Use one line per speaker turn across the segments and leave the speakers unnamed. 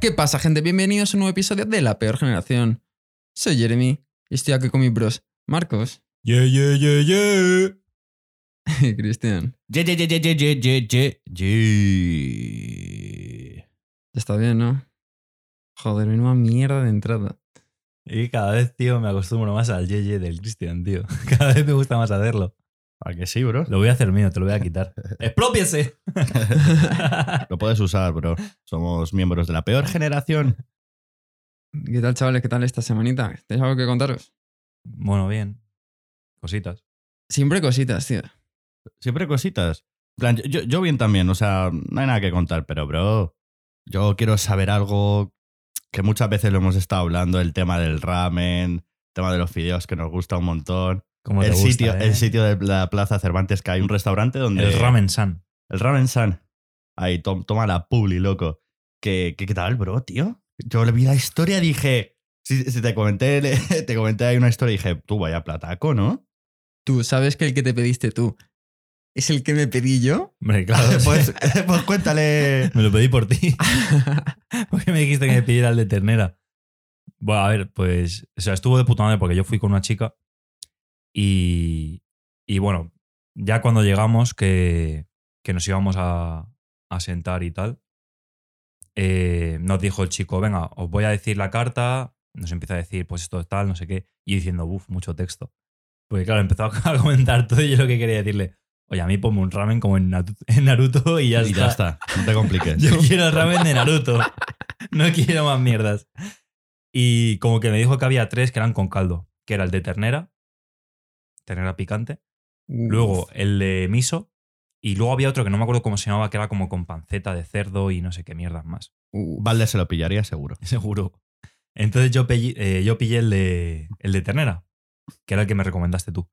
¿Qué pasa, gente? Bienvenidos a un nuevo episodio de La Peor Generación. Soy Jeremy y estoy aquí con mis bros Marcos
Yeah, yeah, yeah, yeah.
y Cristian.
Yeah, yeah, yeah, yeah, yeah, yeah, yeah, yeah.
Está bien, ¿no? Joder, menuda mierda de entrada.
Y cada vez, tío, me acostumbro más al yeye del Cristian, tío. Cada vez me gusta más hacerlo.
¿A que sí, bro?
Lo voy a hacer mío, te lo voy a quitar. ¡Expropiese!
Lo puedes usar, bro. Somos miembros de la peor generación.
¿Qué tal, chavales? ¿Qué tal esta semanita? ¿Tenéis algo que contaros?
bueno, bien. Cositas.
Siempre cositas, tío.
Siempre cositas. En plan, yo, yo bien también, o sea, no hay nada que contar, pero, bro, yo quiero saber algo que muchas veces lo hemos estado hablando, el tema del ramen, el tema de los fideos que nos gusta un montón.
Como
El,
te gusta,
sitio,
¿eh?
el sitio de la Plaza Cervantes, que hay un restaurante donde...
El Ramen San.
El Ramen San. Ahí, to- toma la publi, loco. ¿Qué, qué, qué tal, bro, tío? Yo le vi la historia, dije. Si, si te comenté, le- te comenté ahí una historia, dije, tú vaya plataco, ¿no?
Tú sabes que el que te pediste tú es el que me pedí yo.
Hombre, claro.
Pues, pues cuéntale.
Me lo pedí por ti. ¿Por qué me dijiste que me pidiera el de ternera? Bueno, a ver, pues. O sea, estuvo de puta madre porque yo fui con una chica. Y. Y bueno, ya cuando llegamos, que, que nos íbamos a, a sentar y tal, eh, nos dijo el chico: Venga, os voy a decir la carta. Nos empieza a decir, pues esto es tal, no sé qué. Y yo diciendo, uff, mucho texto. Porque claro, empezó a comentar todo y yo lo que quería decirle. Oye, a mí ponme un ramen como en Natu- en Naruto y ya
y
está.
ya está, no te compliques.
Yo quiero el ramen de Naruto. No quiero más mierdas. Y como que me dijo que había tres que eran con caldo. Que era el de ternera. Ternera picante.
Mm.
Luego el de miso. Y luego había otro que no me acuerdo cómo se llamaba, que era como con panceta de cerdo y no sé qué mierdas más.
Uh,
Valde se lo pillaría seguro.
Seguro. Entonces yo pillé, eh, yo pillé el, de, el de ternera. Que era el que me recomendaste tú.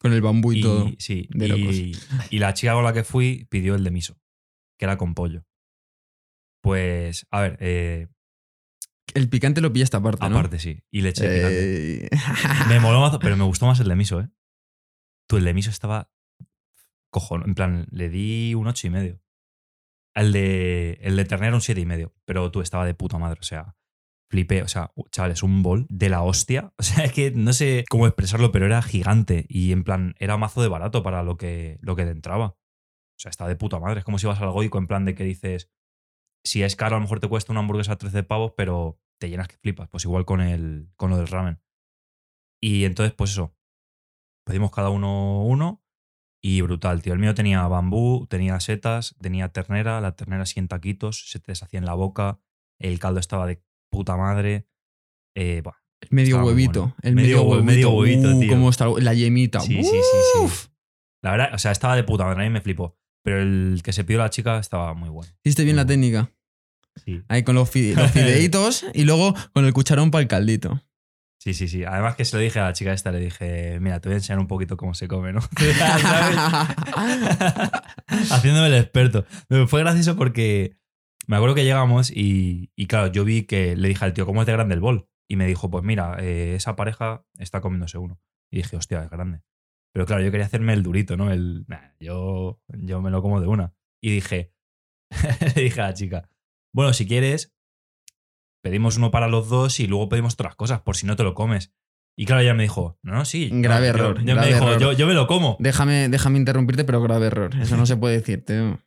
con el bambú y, todo.
Sí,
de
y, y la chica con la que fui pidió el de miso, que era con pollo. Pues, a ver, eh,
El picante lo pilla esta parte, ¿no?
aparte sí, y leche de picante.
Eh,
Me moló mazo, pero me gustó más el de miso, ¿eh? Tú, el de miso estaba cojón, en plan, le di un ocho y medio. El de, el de ternera un siete y medio, pero tú estaba de puta madre, o sea, flipé, o sea, chavales, un bol de la hostia, o sea, es que no sé cómo expresarlo, pero era gigante y en plan, era mazo de barato para lo que, lo que te entraba. O sea, está de puta madre, es como si vas al goico en plan de que dices, si es caro a lo mejor te cuesta una hamburguesa 13 pavos, pero te llenas que flipas, pues igual con, el, con lo del ramen. Y entonces, pues eso, pedimos cada uno uno y brutal, tío. El mío tenía bambú, tenía setas, tenía ternera, la ternera así en taquitos, se te deshacía en la boca, el caldo estaba de puta madre. Eh, buah,
el medio
Estaba muy
huevito.
bueno.
El medio,
Medio hue-
huevito.
medio huevito,
Uh,
tío.
cómo está la yemita.
Sí, sí, sí, sí.
Uf.
La verdad, o sea, estaba de puta madre, a mí me flipó. Pero el que se pidió la chica estaba muy bueno.
Hiciste bien la
Mm.
Ujú.
técnica.
Sí.
Ahí con los, fide- los fideitos y luego con el cucharón para el caldito.
Sí, sí, sí. Además que se lo dije a la chica esta, le dije, mira, te voy a enseñar un poquito cómo se come, ¿no?
Ah,
¿Sabes? Haciéndome el experto. No, Fue gracioso porque me acuerdo que llegamos y, y claro, yo vi que le dije al tío, ¿cómo es de grande el bol? Y me dijo, pues mira, eh, esa pareja está comiéndose uno. Y dije, hostia, es grande. Pero claro, yo quería hacerme el durito, ¿no? El, "Nah, yo, yo me lo como de una. Y dije, le dije a la chica, bueno, si quieres, pedimos uno para los dos y luego pedimos otras cosas, por si no te lo comes. Y claro, ella me dijo, no, no, sí.
Grave
yo-
error,
yo me
grave
dijo,
error.
Yo, yo me lo como.
déjame, déjame interrumpirte, pero grave error. Eso no se puede decir, tío.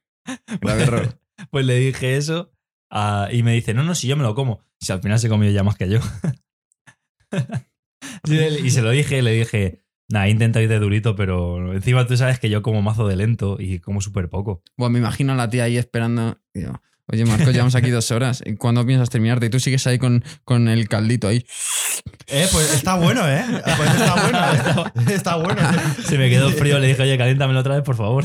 Grave error.
Pues le dije eso ah, y me dice, no, no, si yo me lo como. Si al final se comió ya más que yo. y le- y se lo dije, le dije, nada, intenta ir de durito, pero encima tú sabes que yo como mazo de lento y como súper poco.
Bueno, me imagino a la tía ahí esperando. tío. Oye, Marco, llevamos aquí dos horas. ¿Y ¿Cuándo piensas terminarte? Y tú sigues ahí con, con el caldito ahí.
Eh, pues está bueno, ¿eh? Pues está bueno, eh. está bueno.
Se me quedó frío, le dije, oye, caliéntamelo otra vez, por favor.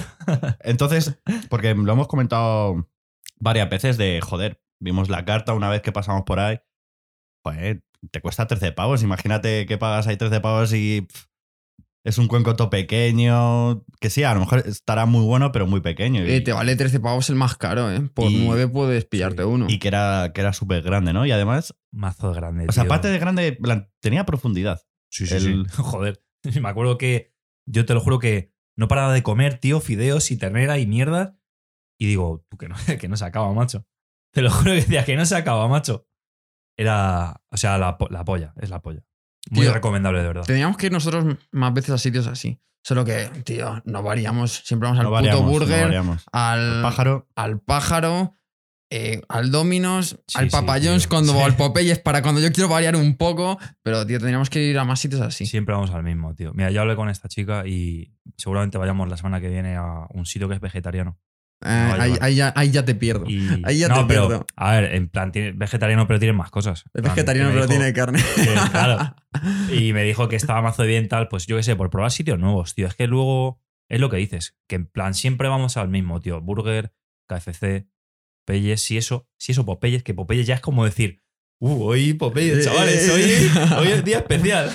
Entonces, porque lo hemos comentado varias veces de, joder, vimos la carta una vez que pasamos por ahí. Joder, te cuesta 13 pavos. Imagínate que pagas ahí 13 pavos y pf, es un cuenco todo pequeño. Que sí, a lo mejor estará muy bueno, pero muy pequeño. Y,
Eh, te vale 13 pavos el más caro, ¿eh? Por
Y-
9 puedes pillarte uno.
y que era, que era súper grande, ¿no? Y además,
Mazo grande.
o sea,
tío.
aparte de grande, en plan, tenía profundidad.
Sí, sí,
el-
sí. Joder, me acuerdo que yo te lo juro que no paraba de comer, tío, fideos y ternera y mierda. Y digo, tú que no, que no se acaba, macho. Te lo juro que decía que no se acaba, macho. Era. O sea, la, po- la polla, es la polla. Muy
Tío,
recomendable, de verdad.
Teníamos que ir nosotros más veces a sitios así. Solo que, tío, no variamos. Siempre vamos al
No
puto
variamos, no
burger, eh,
variamos.
al,
El pájaro.
al pájaro, eh, al Dominos,
Sí,
al
sí,
Papa
tío.
John's cuando,
Sí.
o al Popeyes para cuando yo quiero variar un poco. Pero, tío, tendríamos que ir a más sitios así. Eh,
Siempre vamos al mismo, tío. Mira, yo hablé con esta chica y seguramente vayamos la semana que viene a un sitio que es vegetariano.
Eh,
Vale,
ahí,
vale.
ahí ya, ahí ya te pierdo.
Y-
Ahí ya
no,
te
pero,
pierdo.
A ver, en plan, tiene, vegetariano, pero tiene más cosas. En
Es
plan,
vegetariano,
que me
pero
dijo-
tiene carne.
que, claro. Y me dijo que estaba mazo bien tal, pues yo qué sé, por probar sitios nuevos, tío. Es que luego es lo que dices, que en plan siempre vamos al mismo, tío. Burger, KFC, Popeyes, si eso, si eso Popeyes, que Popeyes ya es como decir, uh, hoy Popeyes, chavales, hoy, hoy es día especial.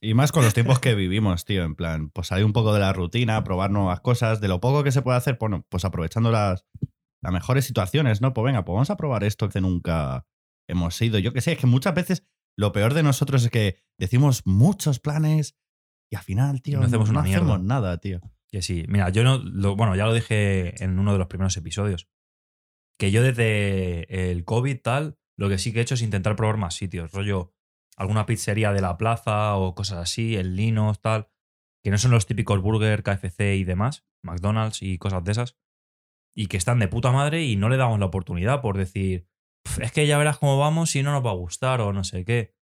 Y más con los tiempos que vivimos, tío. En plan, pues salir un poco de la rutina, probar nuevas cosas, de lo poco que se puede hacer, bueno, pues aprovechando las, las mejores situaciones, ¿no? Pues venga, pues vamos a probar esto que nunca hemos ido. Yo que sé, es que muchas veces lo peor de nosotros es que decimos muchos planes y al final, tío,
Y no hacemos una mierda.
hacemos nada, tío.
Que sí, mira, yo no, lo- bueno, ya lo dije en uno de los primeros episodios, que yo desde el COVID tal, lo que sí que he hecho es intentar probar más sitios, rollo alguna pizzería de la plaza o cosas así, el Linos tal, que no son los típicos burger, KFC y demás, McDonald's y cosas de esas, y que están de puta madre y no le damos la oportunidad por decir, "Pf, es que ya verás cómo vamos y no nos va a gustar o no sé qué.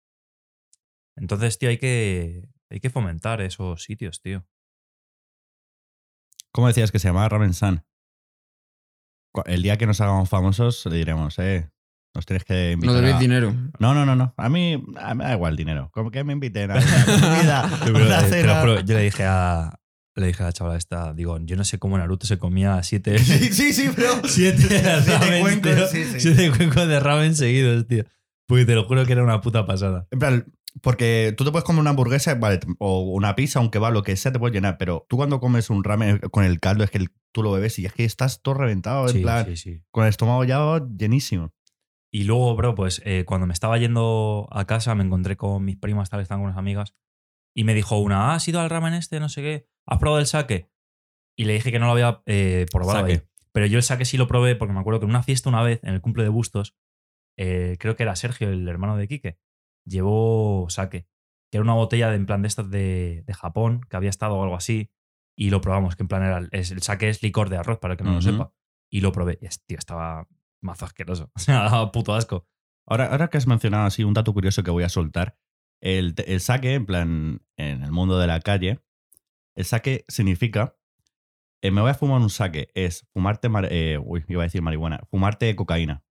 Entonces, tío, hay que, hay que fomentar esos sitios, tío.
¿Cómo decías que se llamaba Ramen San? Cu- El día que nos hagamos famosos le diremos, eh, nos tienes que
No
invitar.
debéis
a-
dinero.
No, no, no, no. A mí a mí me da igual el dinero. Como que me inviten a una comida,
Sí, pero,
una
eh, te lo
cena.
juro, yo le dije a. Le dije a la chavala esta, digo, yo no sé cómo Naruto se comía siete.
sí, sí, pero.
siete ramen,
cuencos,
tío.
sí, sí.
Siete cuencos de ramen seguidos, tío. Porque te lo juro que era una puta pasada.
En plan, porque tú te puedes comer una hamburguesa vale, o una pizza, aunque va lo que sea, te puedes llenar. Pero tú cuando comes un ramen con el caldo, es que el- tú lo bebes y es que estás todo reventado, Oh, en
Sí,
plan,
sí, sí.
con el estómago ya llenísimo.
Y luego, bro, pues eh, cuando me estaba yendo a casa, me encontré con mis primas, tal, están con unas amigas. Y me dijo una, ah, ¿has ido al ramen este? No sé qué. ¿Has probado el saque? Y le dije que no lo había eh, probado
Sake.
ahí. Pero yo el saque sí lo probé porque me acuerdo que en una fiesta una vez, en el cumple de Bustos, eh, creo que era Sergio, el hermano de Quique, llevó saque. Que era una botella de, en plan de estas de, de Japón, que había estado o algo así. Y lo probamos, que en plan era, es- el saque es licor de arroz, para el que no lo
Ujú.
sepa. Y lo probé. Y, es- tío, estaba mazo asqueroso. O sea, daba puto asco.
Ahora, ahora que has mencionado así un dato curioso que voy a soltar, el, el saque, en plan, en el mundo de la calle, el saque significa, eh, me voy a fumar un saque, es fumarte, mar- eh, uy, iba a decir marihuana, fumarte cocaína.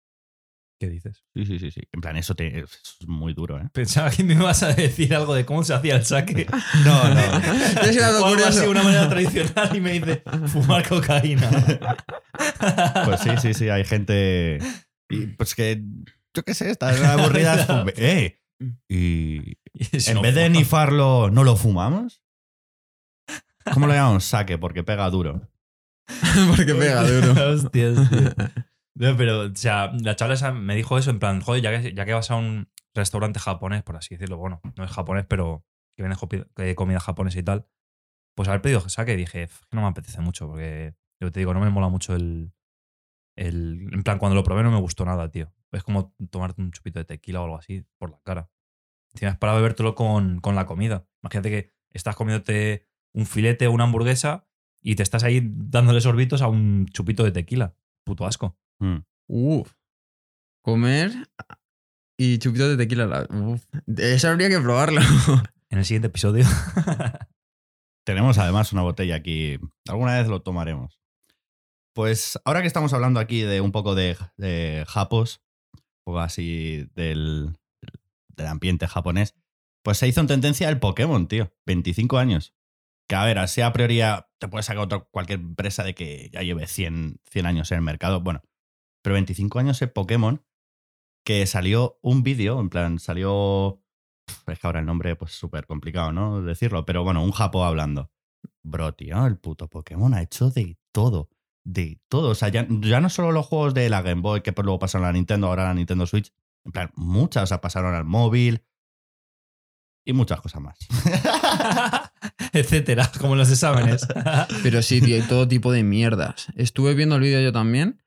¿Qué dices?
Sí, sí, sí, sí. En plan, eso te- es muy duro, ¿eh?
Pensaba que me ibas a decir algo de cómo se hacía el saque.
No,
Yo soy un dato
o algo así,
curioso.
una manera tradicional y me dice fumar cocaína.
Pues sí, sí, sí, hay gente. Y pues que. Yo qué sé, están aburridas. fume- ¡Eh! Y.
Si
En
no
vez de
fumas-
nifarlo, ¿no lo fumamos? ¿Cómo lo llamamos? Saque, porque pega duro.
Porque pega duro.
Hostias, tío. No, pero, o sea, la chavala esa me dijo eso en plan, joder, ya que, ya que vas a un restaurante japonés, por así decirlo, bueno, no es japonés, pero que vende jopi- eh, comida japonesa y tal, pues haber pedido saque dije, "Pf, que no me apetece mucho, porque yo te digo, no me mola mucho el, el. En plan, cuando lo probé no me gustó nada, tío. Es como tomarte un chupito de tequila o algo así por la cara. Encima es para bebértelo con, con la comida. Imagínate que estás comiéndote un filete o una hamburguesa y te estás ahí dándole sorbitos a un chupito de tequila. Puto asco.
Mm.
Uf. Comer y chupito de tequila. a la- Uf. Eso habría que probarlo.
En el siguiente episodio.
Tenemos además una botella aquí. Alguna vez lo tomaremos. Pues ahora que estamos hablando aquí de un poco de, de japos, un poco así del, del ambiente japonés, pues se hizo en tendencia el Pokémon, tío. 25 años. Que a ver, así a priori ya te puedes sacar otra cualquier empresa de que ya lleve 100, 100 años en el mercado. Bueno, pero 25 años es Pokémon que salió un vídeo, en plan, salió... Pf, Es que ahora el nombre pues súper complicado, ¿no? Decirlo, pero bueno, un japo hablando. Bro, tío, el puto Pokémon ha hecho de todo. De todo. O sea, ya, ya no solo los juegos de la Game Boy, que pues luego pasaron a la Nintendo, ahora a la Nintendo Switch. En plan, muchas, o sea, pasaron al móvil. Y muchas cosas más.
Pues Etcétera, como en los exámenes.
Pero sí, tío, hay todo tipo de mierdas. Estuve viendo el vídeo yo también.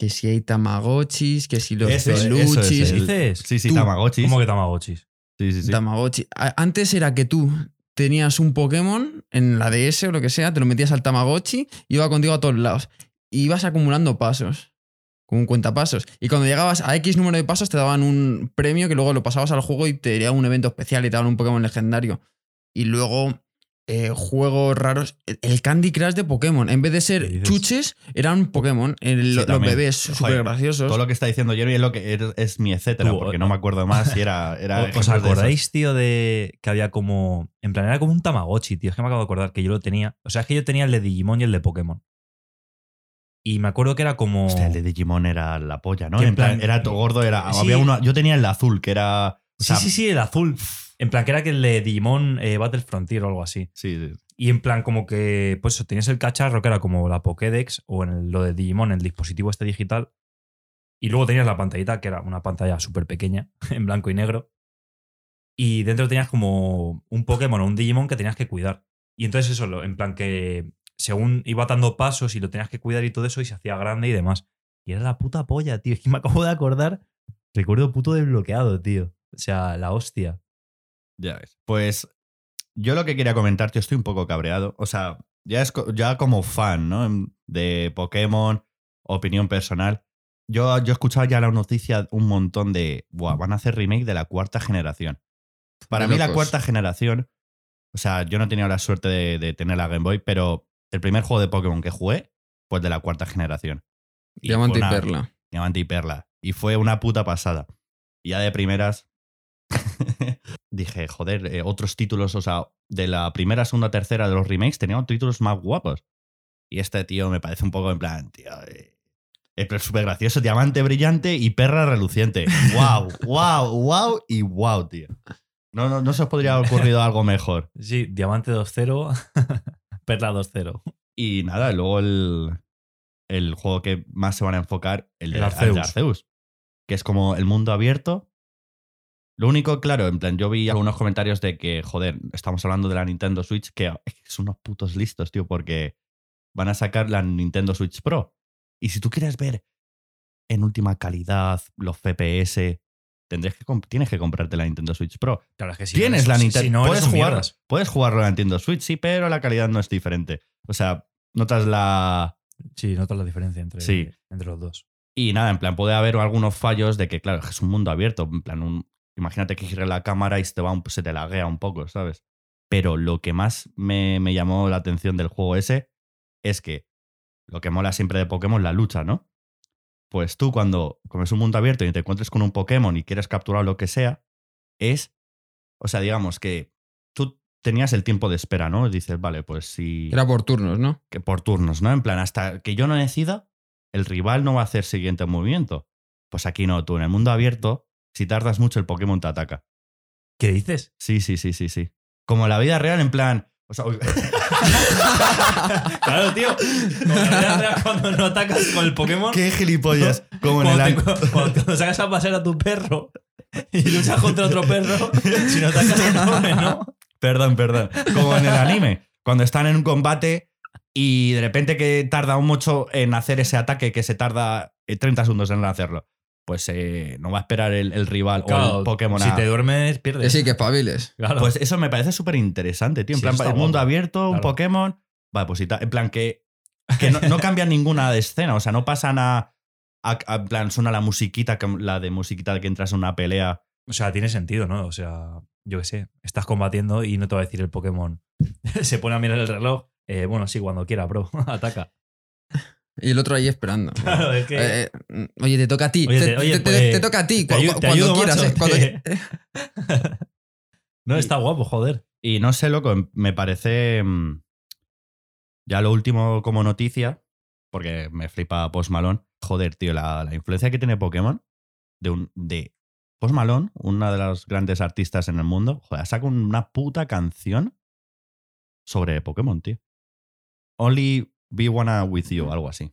que si hay tamagotchis, que si los
Eso es, eso es
peluchis,
el-
¿Dices?
Sí, sí,
Tú.
Tamagotchis.
¿Cómo que tamagotchis?
Sí, sí, sí.
Tamagotchi. A- Antes era que tú tenías un Pokémon en la DS o lo que sea, te lo metías al Tamagotchi, iba contigo a todos lados. Y ibas acumulando pasos, como un cuentapasos. Y cuando llegabas a X número de pasos, te daban un premio que luego lo pasabas al juego y te daban un evento especial y te daban un Pokémon legendario. Y luego. eh, juegos raros. El- El Candy Crush de Pokémon. En vez de
¿Qué
ser
dices?
chuches, eran Pokémon. El- los
también.
bebés
Joder,
súper graciosos.
Todo lo que está diciendo Jeremy es lo que es, es mi etcétera,
Tú,
porque
o-
no me acuerdo más si era. era
¿O- ¿Os
ejemplos de esos.
acordáis, tío, de que había como. En plan, era como un Tamagotchi, tío. Es que me acabo de acordar que yo lo tenía. O sea, es que yo tenía el de Digimon y el de Pokémon. Y me acuerdo que era como.
Hostia, el de Digimon era la polla, ¿no?
Que en
En plan,
plan- eh,
era todo gordo, era.
Sí.
Había uno, yo tenía el azul, que era. o
Sí,
sea,
sí, sí, el azul. En plan, que era que el de Digimon eh, Battle Frontier o algo así.
sí, sí.
Y en plan, como que. Pues eso, tenías el cacharro que era como la Pokédex o en el- lo de Digimon, el dispositivo este digital. Y luego tenías la pantallita, que era una pantalla súper pequeña, en blanco y negro. Y dentro tenías como un Pokémon o un Digimon que tenías que cuidar. Y entonces eso, lo- en plan que según iba dando pasos y lo tenías que cuidar y todo eso, y se hacía grande y demás. Y era la puta polla, tío. Es que me acabo de acordar. Recuerdo puto desbloqueado, tío. O sea, la hostia.
Ya ves. Pues yo lo que quería comentar, tío, estoy un poco cabreado. O sea, ya, es, co- ya como fan, ¿no? Em, De Pokémon, opinión personal. Yo, yo he escuchado ya la noticia un montón de. Buah, van a hacer remake de la cuarta generación. Para
De
mí, la
locos.
cuarta generación. O sea, yo no he tenido la suerte de, de tener la Game Boy, pero el primer juego de Pokémon que jugué fue el de la cuarta generación. Y
Diamante
fue
y
una-
Perla.
Diamante y Perla. Y fue una puta pasada. Y ya de primeras dije, joder, eh, otros títulos, o sea, de la primera, segunda, tercera de los remakes tenían títulos más guapos. Y este tío me parece un poco en plan, tío. eh, eh, pero es súper gracioso, diamante brillante y perra reluciente. ¡Wow! ¡Wow! ¡Wow! Y wow, tío. No, no, no se os podría haber ocurrido algo mejor.
Sí, Diamante 2-0, Perla 2-0.
Y nada, luego el, el juego que más se van a enfocar, el de,
El
el
Arceus.
de Arceus, que es como el mundo abierto. Lo único, claro, en plan, yo vi algunos comentarios de que, joder, estamos hablando de la Nintendo Switch, que son unos putos listos, tío, porque van a sacar la Nintendo Switch Pro. Y si tú quieres ver en última calidad los FPS, tendrías que comp- tienes que comprarte la Nintendo Switch Pro.
Claro, es que si
Tienes
eres-
la
si-
Nintendo.
si no eres
puedes,
un
jugar,
mierdas.
puedes jugarlo en la Nintendo Switch, sí, pero la calidad no es diferente. O sea, notas la.
Sí, notas la diferencia entre,
Sí.
entre los dos.
Y nada, en plan, puede haber algunos fallos de que, claro, es un mundo abierto. En plan, un- imagínate que gire la cámara y se te, va un- se te laguea un poco, ¿sabes? Pero lo que más me, me llamó la atención del juego ese es que lo que mola siempre de Pokémon es la lucha, ¿no? Pues tú cuando como es un mundo abierto y te encuentres con un Pokémon y quieres capturar lo que sea, es, o sea, digamos que tú tenías el tiempo de espera, ¿no? Dices, vale, pues si
Era por turnos, ¿no?
que por turnos, ¿no? En plan, hasta que yo no decida, el rival no va a hacer siguiente movimiento. Pues aquí no, tú en el mundo abierto, si tardas mucho el Pokémon te ataca.
¿Qué dices?
Sí, sí, sí, sí, sí. Como en la vida real, en plan... O sea, uy,
Claro, tío. Como la vida real, cuando no atacas con el Pokémon,
¡Qué gilipollas! Como en el...
cuando, te-
an-
cuando- cuando sacas a pasear a tu perro y luchas contra otro perro, si no atacas el pobre, ¿no?
Perdón, perdón. Como en el anime. Cuando están en un combate y de repente que tarda un mucho en hacer ese ataque que se tarda eh, 30 segundos en hacerlo. Pues eh, no va a esperar el, el rival o el Pokémon
si
a-
te duermes, pierdes.
Sí, que espabiles.
Claro.
Pues eso me parece súper interesante, tío. En
Sí,
plan,
está
el mundo
guapo.
abierto, un
Claro.
Pokémon. Vale, pues y ta- en plan que, que no, no cambian ninguna de escena. O sea, no pasan a, a- a- En plan, suena la musiquita, que- la de musiquita que entras en una pelea.
o sea, tiene sentido, ¿no? O sea, yo qué sé, estás combatiendo y no te va a decir el Pokémon. Se pone a mirar el reloj. Eh, bueno, sí, cuando quiera, bro. Ataca.
Y el otro ahí esperando.
Claro, es que.
Eh, eh, oye, te toca a ti.
Oye,
te,
te- oye,
te- te-
pues,
te toca a ti.
te
Cu-
ayu-
cu-
te
cuando
ayudo,
quieras.
macho,
eh, cuando-
te-
eh,
no, está guapo, joder.
Y no sé, loco, em- me parece. mm, Ya lo último como noticia, porque me flipa Post Malone. Joder, tío, la, la influencia que tiene Pokémon de, un, de Post Malone, una de las grandes artistas en el mundo, joder, saca una puta canción sobre Pokémon, tío. Only be wanna with you, algo así.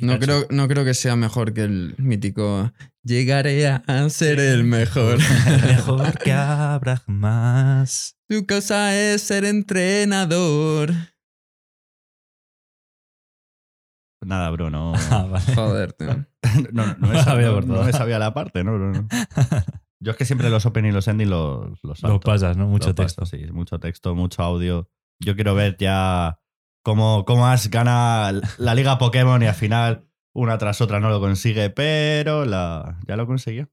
no,
Pikachu.
creo, no creo que sea mejor que el mítico. Llegaré a ser el mejor.
Mejor que habrá más.
Tu cosa es ser entrenador.
Nada, bro, no.
Ah, vale.
Joder, tío.
No, no, me
Había
sabía, no,
cortado.
no me sabía la parte, ¿no? bro? No. Yo es que siempre los open y los ending los, los salto.
Lo pasas, ¿no? Mucho
Los
texto.
paso, sí, mucho texto, mucho audio. Yo quiero ver ya cómo, cómo Ash gana la liga Pokémon y al final una tras otra no lo consigue, pero la, ya lo consiguió.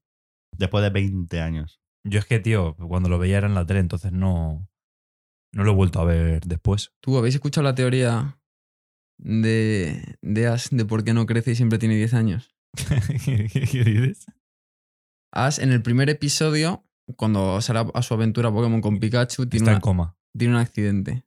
Después de 20 años.
Yo es que, tío, cuando lo veía era en la tele, entonces no, no lo he vuelto a ver después.
¿Tú habéis escuchado la teoría de, de Ash de por qué no crece y siempre tiene 10 años?
¿Qué, qué dices?
Ash en el primer episodio, cuando sale a su aventura Pokémon con Pikachu, tiene,
Está en
una-
coma.
tiene un accidente.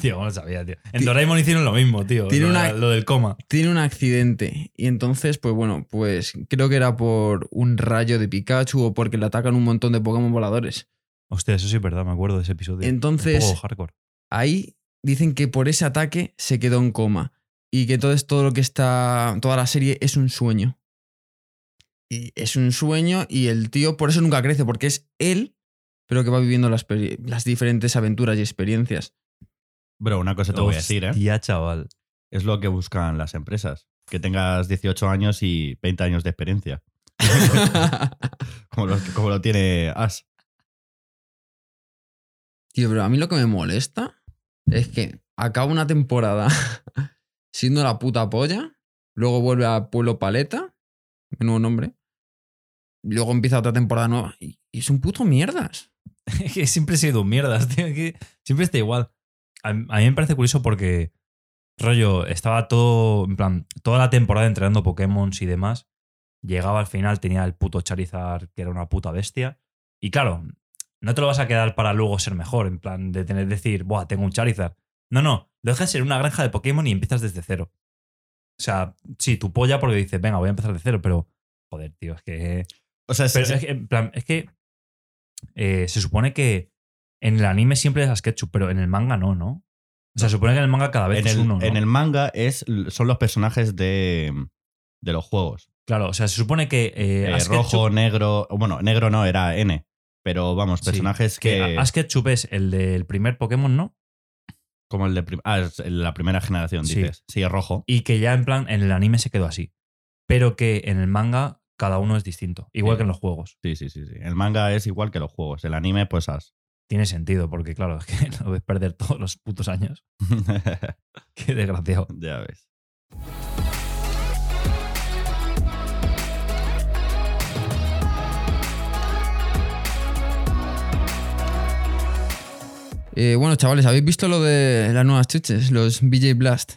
Tío, no lo sabía, tío. En
Ti-
Doraemon hicieron lo mismo, tío.
Tiene
lo,
una-
lo del coma.
Tiene un accidente. Y entonces, pues bueno, pues creo que era por un rayo de Pikachu o porque le atacan un montón de Pokémon voladores.
Hostia, eso sí es verdad, me acuerdo de ese episodio.
Entonces-
Un poco hardcore.
ahí dicen que por ese ataque se quedó en coma y que entonces todo lo que está, toda la serie es un sueño. Y es un sueño y el tío por eso nunca crece, porque es él, pero que va viviendo las, peri- las diferentes aventuras y experiencias.
Bro, una cosa te voy a decir, ¿eh?
Hostia, chaval.
Es lo que buscan las empresas. Que tengas 18 años y 20 años de experiencia. Como lo, como lo tiene Ash.
tío, pero a mí lo que me molesta es que acaba una temporada siendo la puta polla, luego vuelve a Pueblo Paleta, nuevo nombre, luego empieza otra temporada nueva y, y es un puto mierdas.
Es que siempre he sido un mierdas, tío. que siempre está igual. A, a mí me parece curioso porque, rollo, estaba todo, en plan, toda la temporada entrenando Pokémon y demás. Llegaba al final, tenía el puto Charizard, que era una puta bestia. Y claro, no te lo vas a quedar para luego ser mejor, en plan de tener, decir, buah, tengo un Charizard. No, no, lo dejas en una granja de Pokémon y empiezas desde cero. O sea, sí, tu polla porque dices, venga, voy a empezar de cero, pero, joder, tío, es que...
O sea, es-
Pero es que, en plan, es que eh, se supone que en el anime siempre es a Sketchup, pero en el manga no, ¿no? O sea, se supone que en el manga cada vez
en,
es
el,
uno. ¿no?
en el manga es, son los personajes de, de los juegos.
Claro, o sea, se supone que. Eh,
Eh,
a Sketchup-
rojo, negro. Bueno, negro no, era N. Pero vamos,
Sí,
personajes
que
que.
a- a Sketchup es el del primer Pokémon, ¿no?
como el de prim- ah, es la primera generación,
Sí.
dices. Sí, es rojo.
Y que ya en plan, en el anime se quedó así. Pero que en el manga cada uno es distinto. Igual
Sí.
que en los juegos.
Sí, sí, sí, sí. El manga es igual que los juegos. El anime, pues as.
Tiene sentido, porque claro, es que lo ves perder todos los putos años. Qué desgraciado.
ya ves.
Eh, bueno, chavales, ¿habéis visto lo de las nuevas chuches? Los BJ Blast.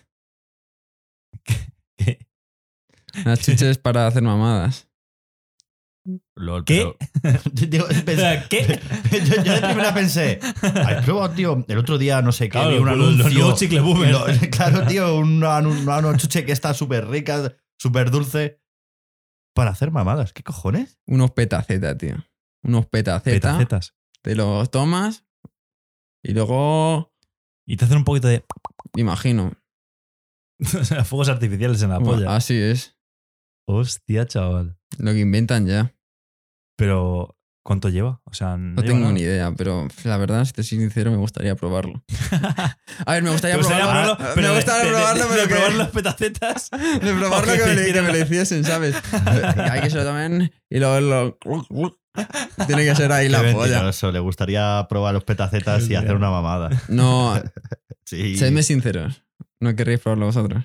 ¿Qué?
Las chuches para hacer mamadas.
Lol,
¿Qué?
pero- Digo, pensé-
¿Qué?
yo, yo de primera pensé. Has probado, tío. El otro día, no sé qué, vi un
los- los
anuncio.
nuevos ¿eh? chicle boomer.
Lo- claro, tío, una, una, una chuche que está súper rica, súper dulce. Para hacer mamadas, ¿qué cojones?
Unos petaceta, tío. Unos petaceta.
Petacetas.
Te los tomas y luego,
Y te hacen un poquito de
imagino.
o sea, fuegos artificiales en la
Bueno,
polla.
así es.
Hostia, chaval.
Lo que inventan ya.
Pero, ¿cuánto lleva? O sea, no,
No
lleva
tengo
nada.
ni idea, pero pff, la verdad, si te soy sincero, me gustaría probarlo. A ver, me gustaría
Te gustaría
probarlo.
probarlo,
Ah,
pero
me
de-
gustaría
de- de-
probarlo, pero
de
que-
probar los petacetas.
De probarlo
Porque
que me, le- que
tiran
me lo
la-
hiciesen, ¿sabes? Que Hay que se lo tomen y luego lo... Tiene que ser ahí la
Qué
polla.
mentiroso, Le gustaría probar los petacetas y hacer una mamada.
No,
Sí.
Seidme sinceros. No querréis probarlo vosotros.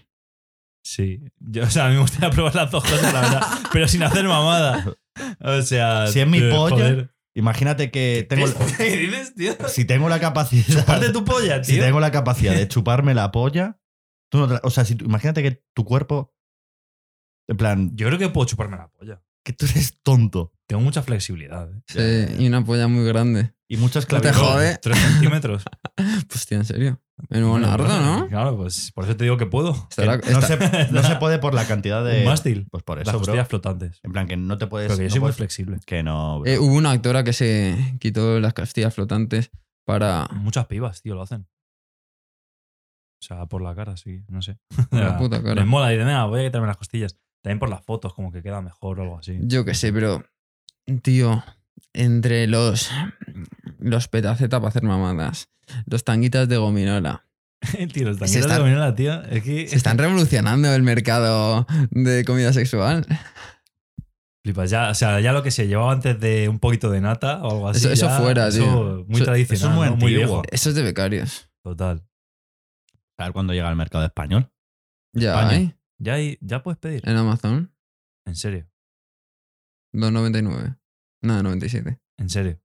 Sí. Yo, o sea, a mí me gustaría probar las dos cosas, la verdad. pero sin hacer mamada. O sea.
Si es mi
pero,
polla,
joder.
Imagínate que tengo.
¿Qué dices, tío?
Si tengo la capacidad.
Parte tu polla,
si
tío.
tengo la capacidad de chuparme la polla. Tú no tra- o sea, si tú- imagínate que tu cuerpo. En plan,
Yo creo que puedo chuparme la polla.
que tú eres tonto.
Tengo mucha flexibilidad. ¿eh?
Sí, y una polla muy grande.
Y muchas
No te
clavículas.
jode.
Tres centímetros.
Hostia, en serio. Menudo
Bueno,
nardo,
claro,
¿no?
Claro, pues por eso te digo que puedo.
Estará-
Que no,
está-
se, no se puede por la cantidad de.
Un mástil.
Pues por
Las
eso, bro.
costillas flotantes.
En plan, que no te puedes.
Pero que yo
no
soy muy
puedes-
flexible.
que no. bro.
Eh, hubo una actora que se quitó las castillas flotantes para.
Muchas pibas, tío, lo hacen. O sea, por la cara, sí, no sé.
Por la
Ya,
puta cara.
Les mola, dicen, venga, voy a quitarme las costillas. También por las fotos, como que queda mejor o algo así.
Yo qué sé, pero. Tío, entre los. Los petaceta para hacer mamadas. Los tanguitas de gominola.
Tío, los
Se
taqueros
están-
de Gominola, tío. Es que
Se están revolucionando el mercado de comida sexual.
flipas. Ya, o sea, ya lo que se llevaba antes de un poquito de nata o algo así.
Eso- eso
ya,
fuera,
eso
tío.
Muy
Eso-
tradicional,
eso es muy
¿no? muy
antiguo.
viejo.
Eso es de becarios.
Total.
A ver cuándo llega al mercado español.
Ya
España.
hay
Ya, hay- ya puedes pedir.
en Amazon.
En serio,
2,99. Nada, 97.
en serio.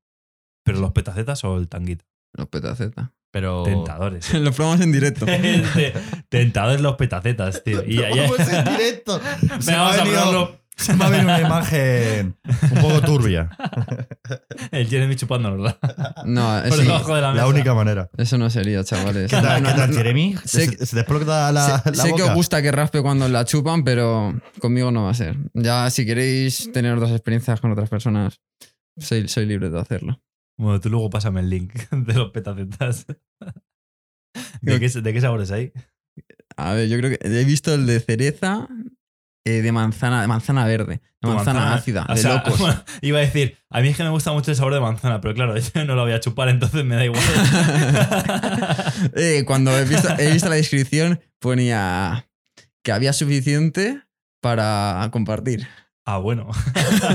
Pero los petacetas o el tanguita.
Los petacetas. Oh.
Pero.
Tentadores. eh.
Los probamos en directo.
Te- Tentadores los petacetas, tío. Y ya, ya-
Vamos en directo. Se me,
vamos
ha
a
venido,
probarlo.
se me ha venido una imagen un poco turbia.
El Jeremy chupándonos
No,
Por
eso,
debajo de la
la
mesa.
única manera.
eso no sería, chavales.
¿Qué tal,
No,
qué
no,
tal,
no.
Jeremy?
Sé
¿Se, se te explota la,
sé,
la
sé que
boca?
os gusta que raspe cuando la chupan, pero conmigo no va a ser. Ya si queréis tener otras experiencias con otras personas, soy, soy libre de hacerlo.
Bueno, tú luego pásame el link de los petacetas. ¿De qué, de qué sabores hay?
A ver, yo creo que he visto el de cereza, eh, de manzana, de manzana verde, de manzana, ácida,
O
de
sea,
locos.
bueno, iba a decir, a mí es que me gusta mucho el sabor de manzana, pero claro, yo no lo voy a chupar, entonces me da igual.
Eh, cuando he visto, he visto la descripción ponía que había suficiente para compartir.
ah, bueno.
Eso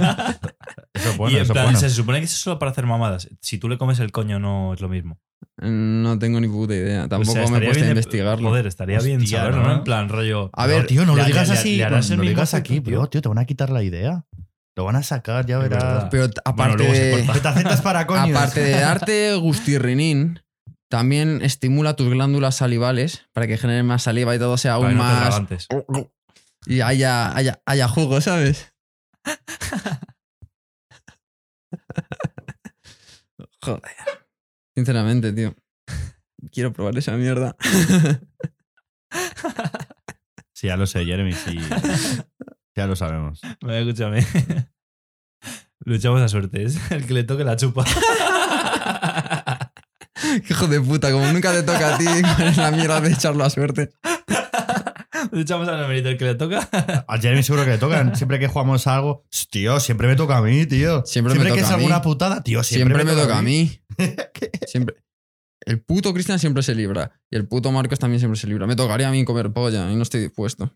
es
y
bueno,
en
eso es
plan,
bueno.
se supone que eso es solo para hacer mamadas. Si tú le comes el coño, no es lo mismo.
No tengo ni puta idea,
O
tampoco
sea,
me he
estaría
puesto a
bien de-
investigarlo.
Joder, estaría bien
Hostia,
saberlo, ¿no?
¿no?
En plan, rollo.
A ver,
no, tío, no
le-
lo digas
le- le-
así.
le
no
harás el
lo
mismo
digas
efecto,
aquí,
tío.
bro. Tío, te van a quitar la idea. Lo van a sacar, ya
Es
verás.
verdad.
pero aparte
luego se
de-
corta.
Petacetas para coño.
Aparte de darte gustirrinín, también estimula tus glándulas salivales para que generen más saliva y todo sea aún
para que no te
más.
atragantes.
Y haya, haya, haya jugo, ¿sabes? Joder. Sinceramente, tío. Quiero probar esa mierda.
Sí, ya lo sé, Jeremy. Sí. ya lo sabemos.
Bueno, escúchame. Luchamos a suerte. Es el que le toque la chupa.
Hijo de puta, como nunca te toca a ti con la mierda de echarlo a suerte.
Luchamos al numerito. El que le toca.
A Jeremy seguro que le tocan. Siempre que jugamos a algo, tío, siempre me toca a mí, tío.
Siempre me
que
toca
es
a mí.
alguna putada, tío, siempre,
Siempre, me toca a mí. siempre. El puto Cristian siempre se libra. Y el puto Marcos también siempre se libra. Me tocaría a mí comer polla y no estoy dispuesto.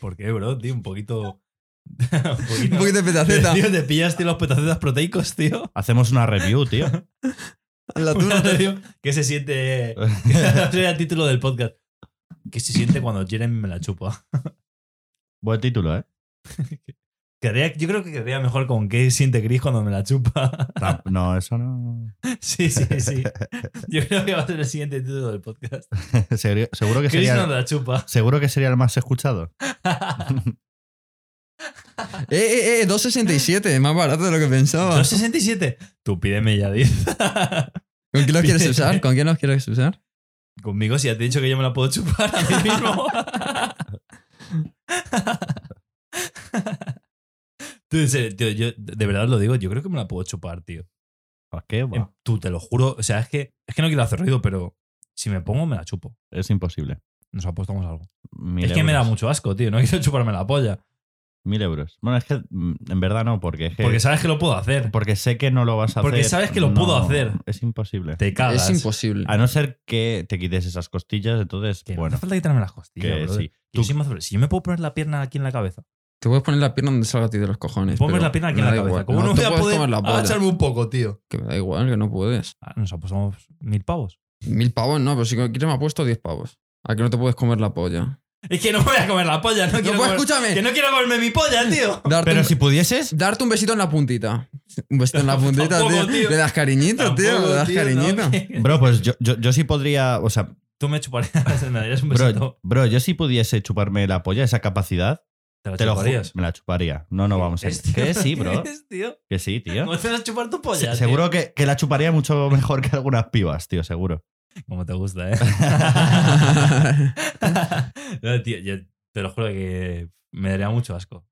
¿Por qué, bro? Tío, un poquito. un poquito.
Un poquito de petaceta.
Tío, te pillas, tío, los petacetas proteicos, tío.
Hacemos una review, tío.
La
Una
tuna.
radio que se siente. Ese era el título del podcast. ¿Qué se siente cuando Jeremy me la chupa?
Buen título, ¿eh?
Querría- yo creo que querría mejor con qué siente Chris cuando me la chupa.
No, eso no.
sí, sí, sí. Yo creo que va a ser el siguiente título del podcast.
Serio- Seguro
Pues
que
Chris no
sería.
me la chupa.
Seguro que sería el más escuchado.
Eh, eh, eh, 2.67, más barato de lo que pensaba.
267. Tú pídeme ya 10.
¿Con quién los quieres usar? ¿Con quién los quieres usar?
Conmigo, si ya te he dicho que yo me la puedo chupar a mí mismo. Tú, en serio, tío, yo de verdad os lo digo, yo creo que me la puedo chupar, tío.
¿Para qué?
En-
Buah,
Tú, te lo juro. O sea, es que, es que no quiero hacer ruido, pero si me pongo, me la chupo.
Es imposible.
Nos apostamos algo.
Mil
es que me da
euros.
mucho asco, tío. No quiero chuparme la polla.
Mil euros. Bueno, es que mm, en verdad no, porque es que-
Porque sabes que lo puedo hacer.
porque sé que no lo vas a
Porque
hacer.
sabes que lo
No,
puedo hacer.
Es imposible.
Te cagas.
Es imposible.
A no ser que te quites esas costillas, entonces,
Que no
bueno,
hace falta quitarme las costillas,
que
brother.
sí.
Yo soy mazo- Si yo me puedo poner la pierna aquí en la cabeza.
Te puedes poner la pierna donde salga a ti de los cojones.
Puedo
pero
poner la pierna aquí en
me
la
da
cabeza.
igual.
¿Cómo
te
no, voy a
puedes
poder
comer la polla?
agacharme un poco, tío?
Que me da igual, que no puedes.
Ah, Nos apostamos mil pavos.
Mil pavos no, pero si quieres me apuesto 10 pavos. A que no te puedes comer la polla.
Es que no me voy a comer la polla. No,
No,
quiero
pues,
comer-
escúchame.
que no quiero comerme mi polla, tío.
Darte
Pero
un-
si pudieses,
Darte un besito en la puntita. Un besito en la puntita,
Tampoco,
tío.
tío.
Le das cariñito, tío.
Tampoco,
Le das
tío,
cariñito.
no.
bro, pues yo, yo, yo sí podría, o sea,
Tú me chuparías, me darías un besito.
bro, bro, yo sí pudiese chuparme la polla, esa capacidad,
¿Te la
te lo
chuparías? ¿Este?
juro, me la chuparía. No, no, vamos a ir.
¿Ves, tío?
Que sí, bro,
¿Ves, tío?
que sí, tío.
¿Cómo te vas a chupar tu polla?
Se-
tío?
Seguro que, que la chuparía mucho mejor que algunas pibas, tío, seguro.
Como te gusta, ¿eh? no, tío, yo te lo juro que me daría mucho asco.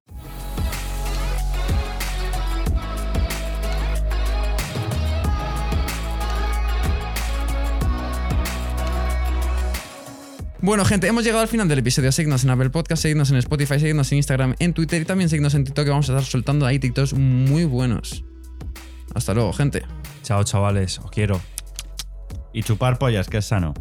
Bueno, gente, hemos llegado al final del episodio. Seguidnos en Apple Podcast, seguidnos en Spotify, seguidnos en Instagram, en Twitter y también seguidnos en TikTok, que vamos a estar soltando ahí TikToks muy buenos. Hasta luego, gente.
Chao, chavales. Os quiero.
Y chupar pollas, que es sano.